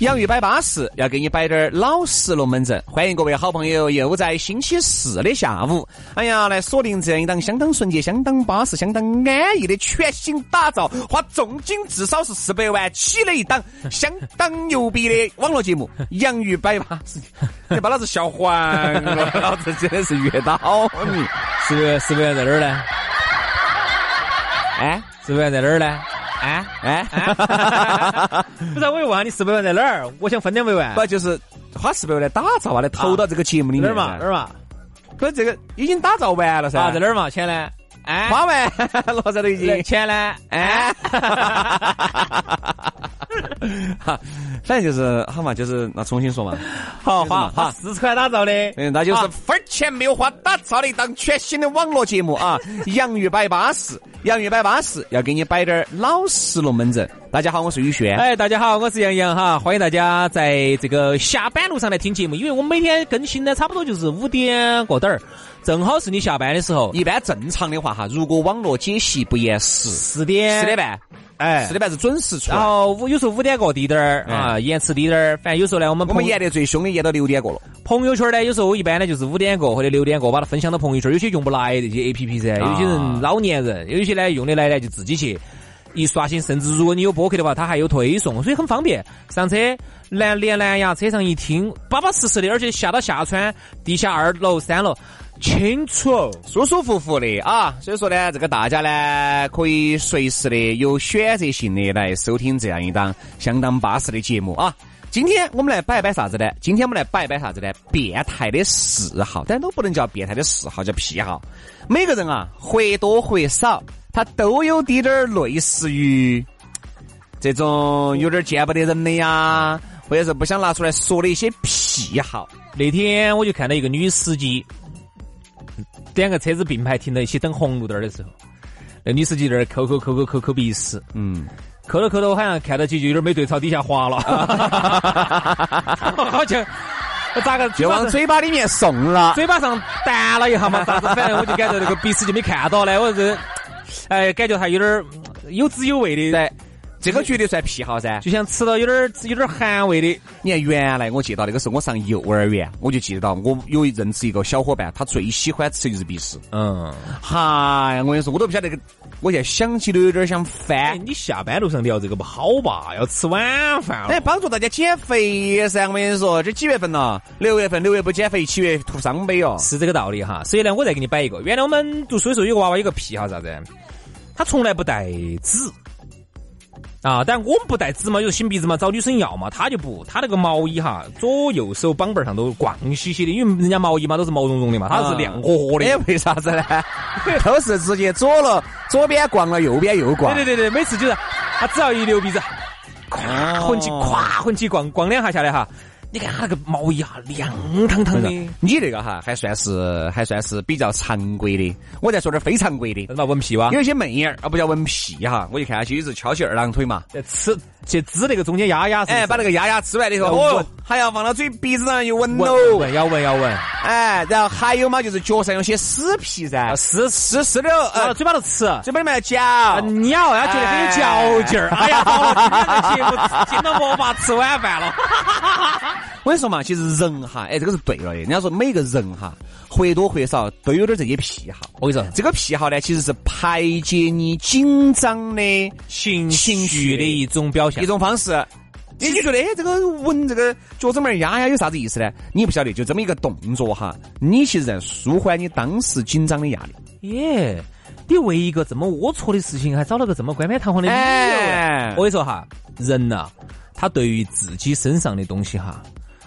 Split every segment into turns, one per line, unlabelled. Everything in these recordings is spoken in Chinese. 杨玉摆巴适，要给你摆点儿老实龙门阵。欢迎各位好朋友又在星期四的下午，哎呀，来锁定这样一档相当纯洁、相当巴适、相当安逸的全新打造，花重金至少是四百万起的一 档相当牛逼的网络节目《杨玉摆巴适》，你把老子笑坏了，老子真的是越嗯倒 你。
四百万，四百万在哪儿呢？
哎
四百万在哪儿啊呢？
哎哎，
不然我又问下你四百万在哪儿？我想分两百万。
不就是花四百万来打造啊，来投到这个节目里
哪
面
儿嘛？哪
噻？
儿嘛？
可这个已经打造完了噻，
啊，在哪儿嘛？钱呢？哎，
花 完落在都已经。
钱呢？
哎， 哈反正就是好嘛，就是那重新说嘛。
好
花
花花四十块打造的，
嗯，那就是
啊
分儿钱没有花打造的一档全新的网络节目啊， 《洋芋摆巴士》，洋芋摆巴士要给你摆点儿老实龙门阵。大家好，我是宇轩。
哎，大家好，我是杨洋哈，欢迎大家在这个下班路上来听节目，因为我们每天更新呢，差不多就是五点过点儿，正好是你下班的时候，
一般正常的话哈，如果网络解析不严实，四
四点
点，半，
哎，
四点半是准时出
然
来。
后五有时候五点过低点儿啊，延迟低点儿，反正有时候呢，我们
我们
朋
严得最凶的，严到六点过了。
朋友圈呢，有时候一般呢就是五点过或者六点过，把它分享到朋友圈。有些用不来这些 A P P 噻，有些人老年人，有些呢用得来呢就自己去一刷新，甚至如果你有播客的话，它还有推送，所以很方便。上车蓝连蓝牙车上一听，巴巴适适的，而且下到下川地下二楼、三楼清楚。
舒舒服服的啊，所以说呢，这个大家呢可以随时的有选择性的来收听这样一档相当巴适的节目啊。今天我们来摆一摆啥子呢？今天我们来摆一摆啥子呢？变态的嗜好，但都不能叫变态的嗜好，叫癖好。每个人啊，或多或少，他都有滴点儿类似于这种有点见不得人的呀，或者是不想拿出来说的一些癖好。
那天我就看到一个女司机，两个车子并排停到一起等红绿灯儿的时候，那女司机在那儿抠抠抠抠抠抠鼻屎。
嗯，
抠了抠了，我好像看到起就有点没对，朝底下滑了， 好像我咋个
就往嘴巴里面送 了。
嘴巴上弹了一下嘛，啥子反正我就感觉那个鼻屎就没看到嘞，我这哎感觉还有点儿有滋有味的，
对，这个绝对算癖好噻。
就像吃到有点儿有点儿含味的。
你看原来我记到那个时候我上幼儿园，我就记得到我有一认识一个小伙伴，他最喜欢吃的就是鼻屎。
嗯，
嗨，我跟你说，我都不晓得那个，我现在想起都有点想
哎，
翻。
你下班路上聊这个不好吧？要吃晚饭
哎，
了。
帮助大家减肥噻！我跟你说，这几月份了？六月份，六月不减肥，七月徒伤悲哦。
是这个道理哈，所以呢，我再给你摆一个。原来我们读书的时候有个娃娃有个癖好啥子？他从来不带纸啊，但我们不带纸嘛，就是擤鼻子嘛，找女生要嘛，他就不，他那个毛衣哈，左右手绑背儿上都光兮兮的，因为人家毛衣嘛都是毛茸茸的嘛，它是亮和和的。
哎，为啥子呢？ 都是直接左了，左边逛了，右边又逛
对。对对对，每次就是他只要一流鼻子，
啊
咵混起咵混起逛逛两下下来哈，你看他那个毛衣哈亮堂堂的，
你这个哈，还算是还算是比较常规的。我再说点非常规的
那。嘛文屁哇，
有一些妹儿啊，不叫文屁哈，我就看下去，有时翘起二郎腿嘛，
在吃去支那个中间压压是不是，
哎，把那个丫丫吃完了以后，
要
哦
闻，
还要放到嘴鼻子上去闻
闻
喽，
闻要闻要闻。
哎，然后还有嘛，就是脚上有些屎皮噻，
是是，
湿湿的，
然
呃
后，啊嘴巴头吃。啊
嘴巴里面要嚼，
鸟，他觉得很有嚼 劲儿。哎哎呀，好了，今天的节目今天我爸吃晚饭 了。
我跟你说嘛，其实人哈，哎，这个是对了的。人家说每个人哈，或多或少都有点这些癖好。
我跟你说，
这个癖好呢，其实是排解你紧张的
情
情绪
绪的一种表现
一。种方式。你就觉得，哎，这个闻这个脚趾门儿压压有啥子意思呢？你不晓得，就这么一个动作哈，你其实在舒缓你当时紧张的压力。
耶，你为一个这么龌龊的事情，还找了个这么冠冕堂皇的理由
哎
哎。我跟你说哈，人呐、他对于自己身上的东西哈，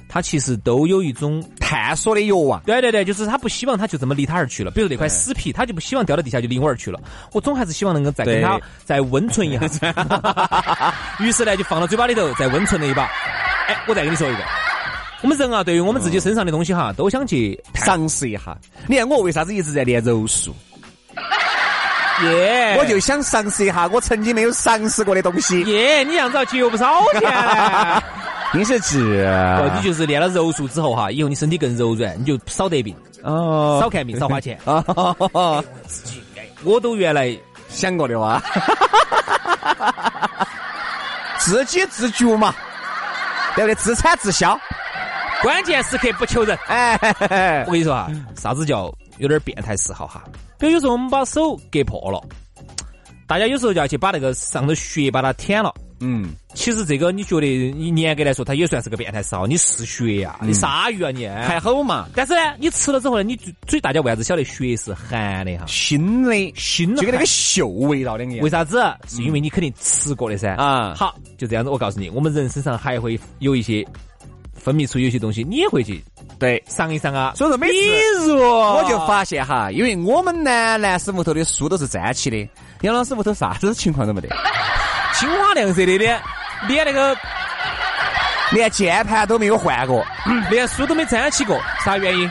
他其实都有一种。
探索的啊欲望，
对对对，就是他不希望他就这么离他而去了。比如那块死皮，他就不希望掉到地下就离我而去了。我总还是希望能够再跟他
对
再温存一下。于是呢，就放到嘴巴里头再温存了一把。哎，我再跟你说一个，我们人啊，对于我们自己身上的东西哈，都 想去探
尝试一下。你看我为啥子一直在练柔术？
耶，
我就想尝试一下我曾经没有尝试过的东西。
哎耶，你这样子要节约不少钱嘞。
你是指
哦，你就是练了柔术之后哈，以后你身体更柔软，你就少得病，
哦。
少看病，少花钱
啊？
我都原来
想过的哇？ 自己自觉嘛，对不对？自产自销。
关键时刻不求人。
哎，嘿嘿
我跟你说啊，
嗯
啥子叫有点变态嗜好哈？比如有时候我们把手割破了，大家有时候就要去把那个上头血把它舔了。
嗯，
其实这个你觉得你严格来说，它也算是个变态嗜好，你嗜血呀、你鲨鱼啊你。
还嗯吼嘛，
但是呢，你吃了之后呢，你最最大家为啥子晓得血是寒的哈？
腥的，
腥了
就跟那个嗅味道两个样嗯
为。啥子？是因为你肯定吃过的噻。
啊
好，就这样子。我告诉你，我们人身上还会有一些分泌出有些东西，你也会去
对，
尝一尝啊。
所以说每次
比如，
我
我
就发现哈，因为我们呢，男师屋头的书都是粘起的，杨老师屋头啥子情况都没 得，
青花亮色的脸，连那个
连键盘都没有换过，
连书都没沾起过，啥原因？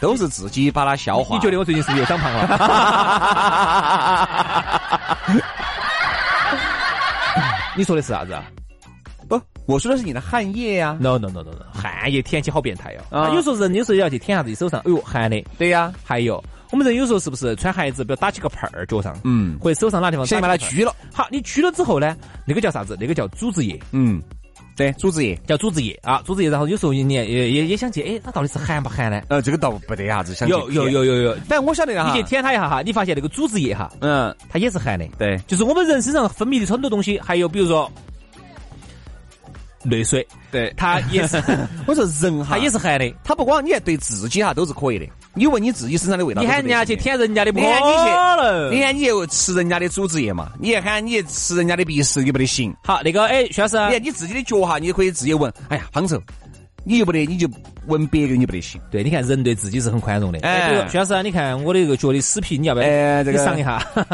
都是自己把它消化。
你觉得我最近是不是又长胖了？你说的是啥子啊
不？我说的是你的汗液啊呀、
？No No No No No，汗液舔起好变态哟、
啊
有时候人有时候要去舔下自己手上，哎呦寒的。
对呀、
还有，我们人有时候是不是穿鞋子，比如打起个泡儿脚上，
嗯
或者手上哪地方，
先把它。拘了。
好，你蛆了之后呢，那个叫啥子？那个叫组织液，
嗯，对，组织液。
叫组织液啊，组织液。然后有时候你也也也也想去，哎，它到底是寒不寒呢？
呃，这个倒没得啥子想
有有，有有有，
但我晓得了
你
哈
去。舔它一下哈，你发现那个组织液哈，
嗯，
它也是寒的。
对
就是我们人身上分泌的很多东西，还有比如说泪水，
对，
它 也是
我说人哈，
它也是寒的。
他不光你还对自己哈都是可以的，你闻你自己身上的味道，
你喊人家去，舔人家的，
你喊你
了
去，你喊你去吃人家的组织液嘛，你还喊你去吃人家的鼻屎，也不得行。
好，那个哎，薛老师，
你看你自己的脚哈，你可以自己闻，哎呀，胖臭，你又不得，你就闻别个你不得行。
对，你看人对自己是很宽容的。
哎
哎，比如说薛老师，你看我的这个脚的死皮，你要不要？
哎这个
你尝一下。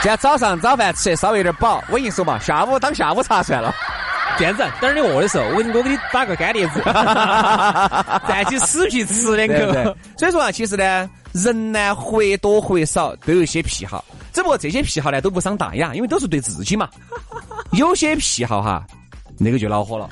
今天早上早饭吃的稍微有点饱，我跟你说嘛，下午当下午茶算了。
这样子，等会儿你饿的时候，我给你我给你打个干碟 子，蘸起死皮吃两
对不
口
对。？ 所以说啊，其实呢，人呢或多或少都有一些癖好，只不过这些癖好呢都不伤大雅，因为都是对自己嘛。有些癖好哈，那个就恼火了。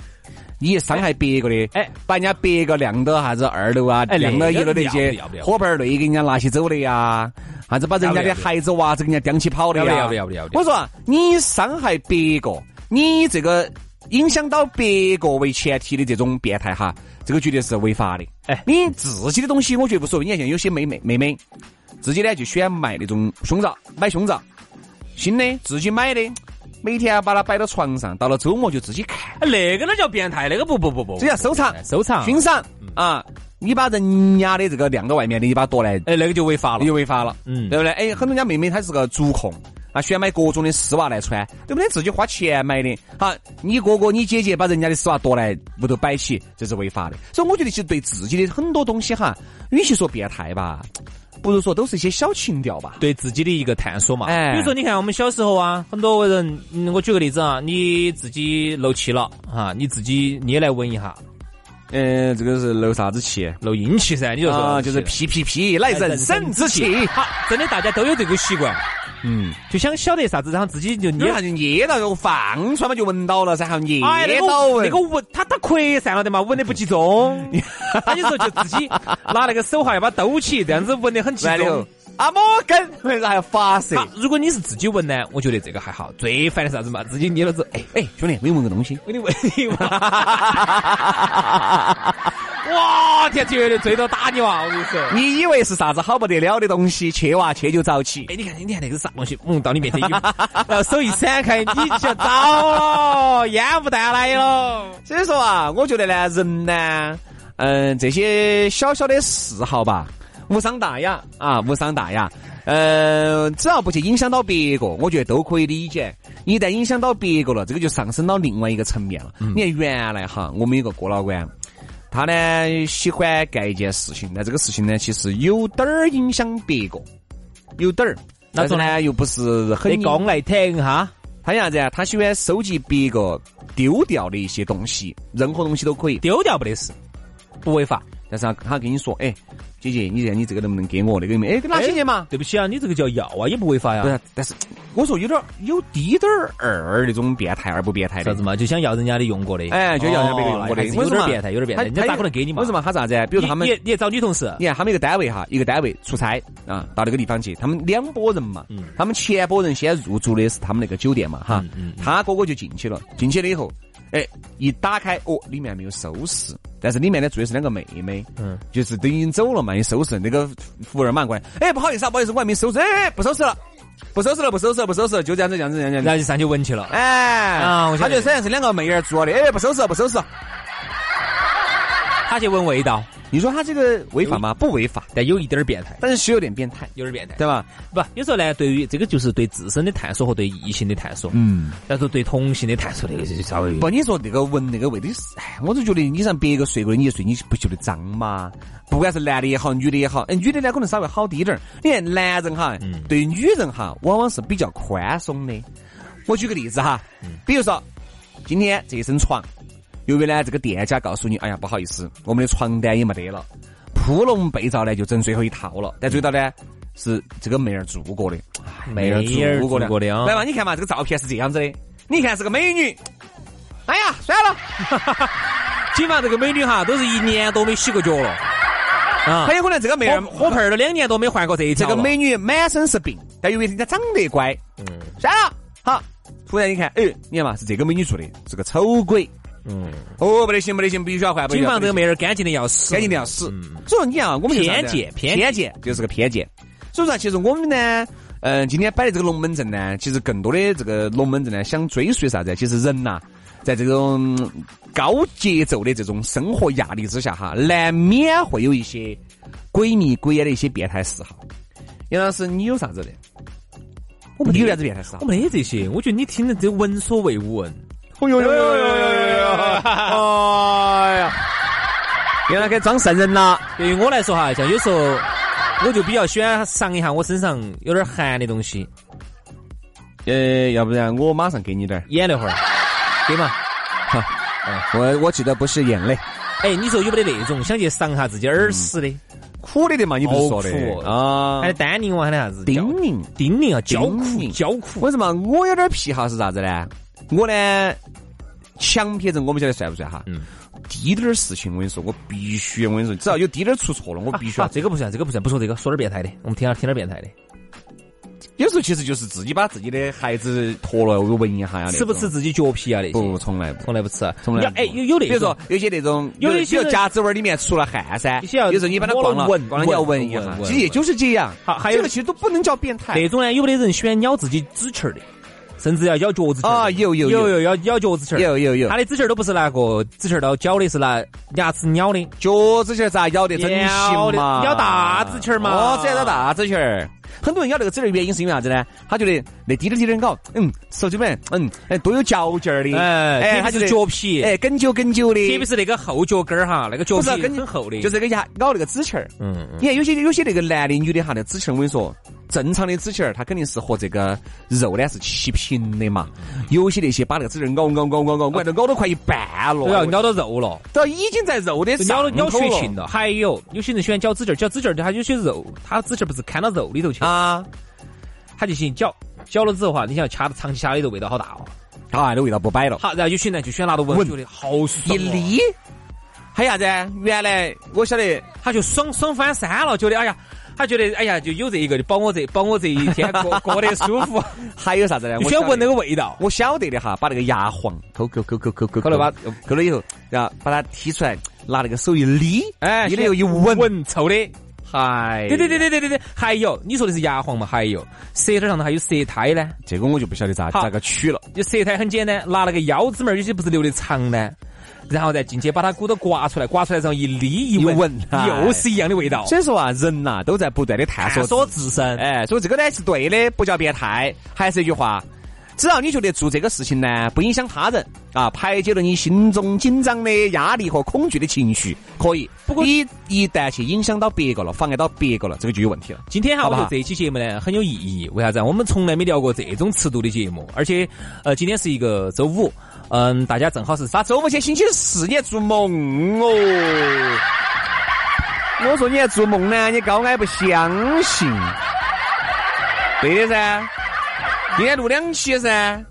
你一伤害别个的，哎
哎，
把人家别个晾到啥子二楼啊，
哎
晾到一楼的那
要
些
不要不要
伙伴儿内给人家拿起走的呀，啥子把人家
要不
的
要不要
孩子娃子给人家叼起跑的呀，
要不要不要不要不要
我说啊，你伤害别个，你这个影响到别个为前提的这种变态哈，这个绝对是违法的。哎
哎，
你自己的东西我觉得无所谓。你看像有些妹妹妹妹，自己呢就喜欢买那种胸罩，买胸罩，新的自己买的，每天啊把它摆到床上，到了周末就自己看，
哎那个那叫变态，那个不不不不，
这叫收藏、
收藏。嗯
欣赏啊。你把人家的这个晾到外面的，你把它夺来
哎，那个就违法了
你。就违法了，
嗯
对不对？哎，很多人家妹妹她是个足控，啊，喜欢买各种的丝袜来穿，对不对？自己花钱买的。好，你哥哥、你姐姐把人家的丝袜夺来屋头摆起，这是违法的。所以我觉得，其实对自己的很多东西哈，与其说变态吧，不如说都是一些小情调吧。
对自己的一个探索嘛。
哎
比如说，你看我们小时候啊，很多人，嗯，我举个例子啊，你自己漏气了啊，你自己你也来闻一下，
嗯，这个是漏啥子气？
漏阴气噻，你就说、哎
啊，就是屁屁屁，乃人生之气。
好，真的大家都有这个习惯，
嗯，
就想晓得啥子，然后自己就
你
捏。
看就捏到就放出来嘛，就闻到了噻，还要捏
哎，那
到
个
闻
那个。闻，它它扩散了的嘛，闻得不集中。 他有时候就自己拿那个手哈，要把它兜起，这样子闻得很集
完
中
了。，阿摩根，还要发射
好，。如果你是自己闻呢，我觉得这个还好。最烦的是啥子嘛？自己捏了之后，哎，
哎，兄弟，没闻个东西。
我给你闻一闻。哇，天，绝对追到打你哇！我跟你说，
你以为是啥子好不得了的东西，去哇，去就早起。
哎，你看，你看那个是啥东西？嗯，到你面前一 呃闻，然后手一闪开，你就糟了，烟雾弹来了。
所以说啊，我觉得呢，人呢，嗯、这些小小的嗜好吧，无伤大雅啊，无伤大雅。呃，只要不去影响到别个，我觉得都可以理解。一旦影响到别个了，这个就上升到另外一个层面了。你看原来哈，我们有个郭老倌，他呢喜欢干一件事情，但这个事情呢，其实有点儿影响别个，有点儿。
哪
但是
种呢
呢，又不是很
你
影
讲来听哈，
他他啥子啊？他喜欢收集别个丢掉的一些东西，任何东西都可以。
丢掉不得事，不违法。
但是他他跟你说，哎，姐姐，你这你这个能不能给我？那个没？哎，拿起去嘛。
对不起啊，你这个叫要啊，也不违法呀
不。是，但是我说有点儿有滴点儿二那种变态而不变态
啥
的
子。嘛？就想要人家的用过的，
哎，就要让别个用过的，
哦还是有
为什
点
么
变态，有点变
他
态，人家
他
咋可能给你嘛？
为什么他啥子啊？比如
你
说他们
你，也你也找女同事，
你看他们一个单位哈，一个单位出差啊，到那个地方去，他们两拨人嘛，他们前拨人先入住的是他们那个酒店嘛哈
嗯嗯，嗯
他哥哥就进去了，进去了以后，哎，一打开哦，里面没有收拾，但是里面呢住的是两个妹妹，
嗯
就是都已经走了嘛，一收拾那个服务员马上过来，哎，不好意思啊，不好意思，我还没收拾，哎，哎不收拾了，不收拾了，不收拾了，不收拾了，就这样子，这样子，这样子这样子。
然后就上去闻去了。
哎，
啊我晓
他
得
就虽然是两个妹儿住的，哎，不收拾，不收拾。
他去闻味道，
你说他这个违法吗？不违法，
但有一点儿变态，
但是是有点变态，
有点儿变态。
对吧？
不，有时候呢，对于这个就是对自身的探索和对异性的探索，
嗯，
但是对同性的探索，那个就稍微
不，你说那个闻那个味道，哎，我就觉得你让别个睡过的你就睡，你不觉得脏吗？不管是男的也好，女的也好，哎，女的呢可能稍微好滴点儿。你看男人哈，对女人哈，往往是比较宽松的。我举个例子哈，比如说今天这一身床，由于呢这个店家告诉你，哎呀，不好意思，我们的床单也没得了，铺笼被罩呢就整最后一套了，但最到呢。是这个妹儿住过的，哎
妹儿
住过的，
住过的啊
来嘛，你看嘛，这个照片是这样子的，你看是个美女，哎呀，算了，
起码这个美女哈，都是一年多没洗过脚了，啊
很，有可能这个妹儿
火盆儿都两年多没换过这一
这
条了。
个美女满身是病，但由于人家长得乖，
嗯
算了，好，突然一看，哎，你看嘛，是这个美女住的，是个丑鬼，
嗯，
哦，不得行，不得行，必须要换，不得
谨
行
防这个
不得行
妹儿干净的要死，
干净的要死
嗯。
所以说你看啊，我们就是啥子啊
偏见偏见
偏见就是个偏见。所以说啊，其实我们呢，嗯，今天摆的这个龙门阵呢，其实更多的这个龙门阵呢，想追溯啥子啊？其实人呐、在这种嗯高节奏的这种生活压力之下哈，难免会有一些鬼迷鬼眼的一些变态嗜好。杨老师，你有啥子的？我
没得
你有啥子变态嗜好
我？没得这些，我觉得你听的这闻所未闻。哦
哦呦呦呦呦呦哎呀，原来给装圣人了。
对于我来说哈，像有时候我就比较喜欢尝一下我身上有点寒的东西，
呃，要不然我马上给你点儿。
演那会儿，对嘛？
哎我我记得不是眼泪，
哎，你说有没得那种想去尝下自己耳屎的？
苦的的嘛，你不是说
好苦
的啊
还？有丹宁啊，还有啥子？
叮
叫
咛，
叮咛啊，焦
叮
苦
咛
焦苦。
为什么我有点癖好是啥子呢？我呢，强迫症我不晓得算不算哈？
嗯
滴点儿事情，我跟你说，我必须，我跟你说，只要有滴点儿出错了，我必须
啊
要。
这个不算，这个不算，不说这个，说点变态的，我们听下听点变态的，
有时候其实就是自己把自己的孩子脱了，我闻一下呀。
吃不吃？自己脚皮啊那
不，
些？
从来不。
从来不吃啊，
从来
要
不
哎有有那
比如
种
说有些那种
有一
一
些
些
人
夹子窝里面出了汗噻，
你想要
有时候你把它
摸
逛
了
了，
闻
逛了你要
闻
闻一下
闻，闻
其实也就是这样。
好还有
这个其实都不能叫变态
那种呢，有没得人喜欢咬自己指甲儿的，甚至要咬脚趾头
啊，有有
有有咬咬脚趾头儿。
有有有
他，的指甲儿都不是拿个指甲儿刀绞的，是拿牙齿咬的。
脚趾甲咋咬得整
咬
齐
的
嘛？
咬大指甲儿嘛
哦，只要咬大指甲儿。很多人咬那个指甲儿原因是因为啥子呢？他觉得那滴点儿滴点儿搞，嗯，手指们，嗯，哎，多有嚼劲儿的，
哎，
哎，
特
他
别
就是觉
脚皮，
得，哎，梗啾梗啾
特别
的，
是那个后脚跟儿哈，那个脚
不
皮
是跟
很厚的，
就是那个牙咬那个指甲儿。
嗯嗯
你看有些有些那个男的女的哈，那指甲儿我跟你说，正常的指甲儿它肯定是和这个肉呢是齐平的嘛。有些那些把那个指甲儿咬咬咬咬咬，我看都咬到快一半了，
都要咬到肉了，
都已经在肉的
啊咬了
上
咬
头
血性了。还有有些人喜欢嚼指甲儿，嚼指甲儿他有些肉，他指甲儿不是砍到肉里头去，
啊。
他就行嚼嚼了之后哈，你想掐的长期下来的味道好大哦。
啊，那味道不摆了。
好，然后有些人就喜欢拿着闻，
闻
觉得好
一
爽哦，
粒，还有啥子啊？原来我晓得，
他就爽爽翻山了，觉得哎呀，他觉得哎呀，就有这一个，就保我这保我这一天过 过得舒服，
还有啥子呢？
就
哎我
喜欢闻那
个，
个味道。
我晓得的哈，把那个牙黄抠抠抠抠抠抠，
抠了把
抠了以后，然后把它剔出来，拿那个手一捋，
哎
捋了以后一哎闻，
闻臭的，
嗨，
对对对，对对对对，还有你说的是牙黄嘛？还有舌头上头还有舌苔呢，
这个我就不晓得咋
好
咋个取了。
就舌苔很简单，拿那个腰子门儿，有些不是留的长呢，然后再进去把它骨头刮出来，刮出来之后一沥一
一
闻，
闻哎
又是一样的味道。
所以说啊，人呐都在不断的探索自
探
己
索自身，
哎，所以这个呢是对的，不叫变态。还是一句话，只要你觉得做这个事情呢不影响他人啊，排解了你心中紧张的压力和恐惧的情绪，可以。不过你一旦去影响到别个了，妨碍到别个了，这个就有问题了。
今天哈，
好
我
不
觉
好
得这一期节目呢很有意义，为啥子啊？我们从来没聊过这种尺度的节目，而且呃，今天是一个周五，嗯，大家正好是啥周
周？末天星期四你还做梦哦？我说你还做梦呢，你高矮不相信。对的噻，今天录两期噻。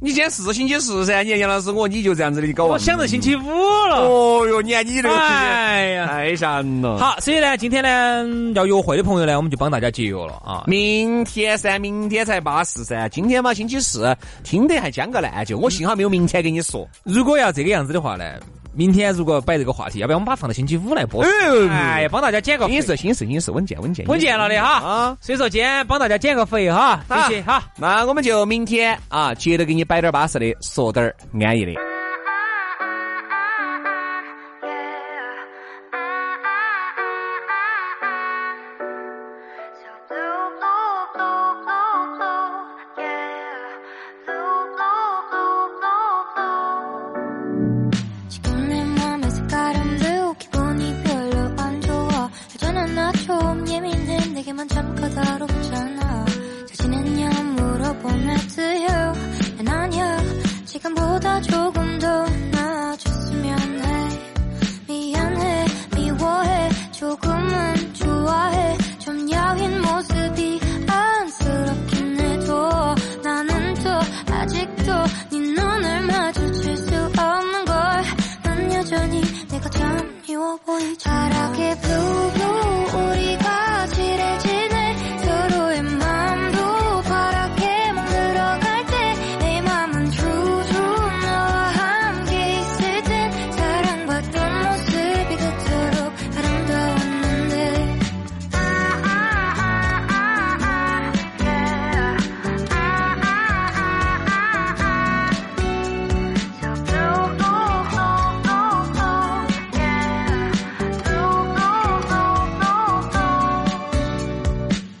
你今天是星期四噻，你看杨老师我你就这样子的搞
我
忘。
想着星期五了，
哦哟，你看你这个
哎呀。
太吓人了。，
好，所以呢，今天呢要约会的朋友呢，我们就帮大家节约了啊。
明天噻，明天才巴适噻，今天嘛星期四，听得还将个烂就，我幸好没有明天跟你说。
如果要这个样子的话呢，明天如果摆这个话题，要不然我们把它放到星期五来播。
嗯
哎呀，帮大家减个
星
肥
期，四，星期四，星期四，稳健，稳健，
稳健了的哈。
啊。
所以说今天帮大家减个肥哈，
啊
谢谢哈。
那我们就明天啊，接着给你摆点巴适的，说点儿安逸的。
지금내맘의 색깔은 매우 기분이 별로 안 좋아 예전에 나좀 예민해 내게만 참 까다롭잖아 잘 지냈냐 물어보네 to you 난 아니야 지금보다 조금 더 나아졌으면 해 미안해 미워해 조금은 좋아해 좀 야윈 모습이 안쓰럽긴 해도 나는 또 아직도 네 눈을 마주칠 수 없는 걸 난 여전히 내가 참 미워 보이지 잘하게 부부 우리가 칠해지네 서로의 맘도 바랗게 물들어갈 때 내 맘은 주주 너와 함께 있을 땐 사랑받던 모습이 그토록 아름다웠는데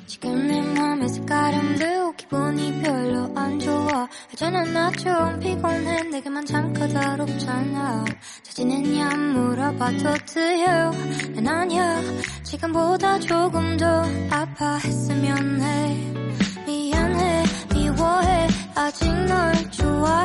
지금 내 맘의 색깔은 매우 기분이 별로 안 좋아 예전엔 나좀 피곤해 내게만 참 까다롭잖아 잘 지냈냐 물어봐도 to you 난 아니야 지금보다 조금 더 아파했으면 해 미안해 미워해 아직 널 좋아해 네 아,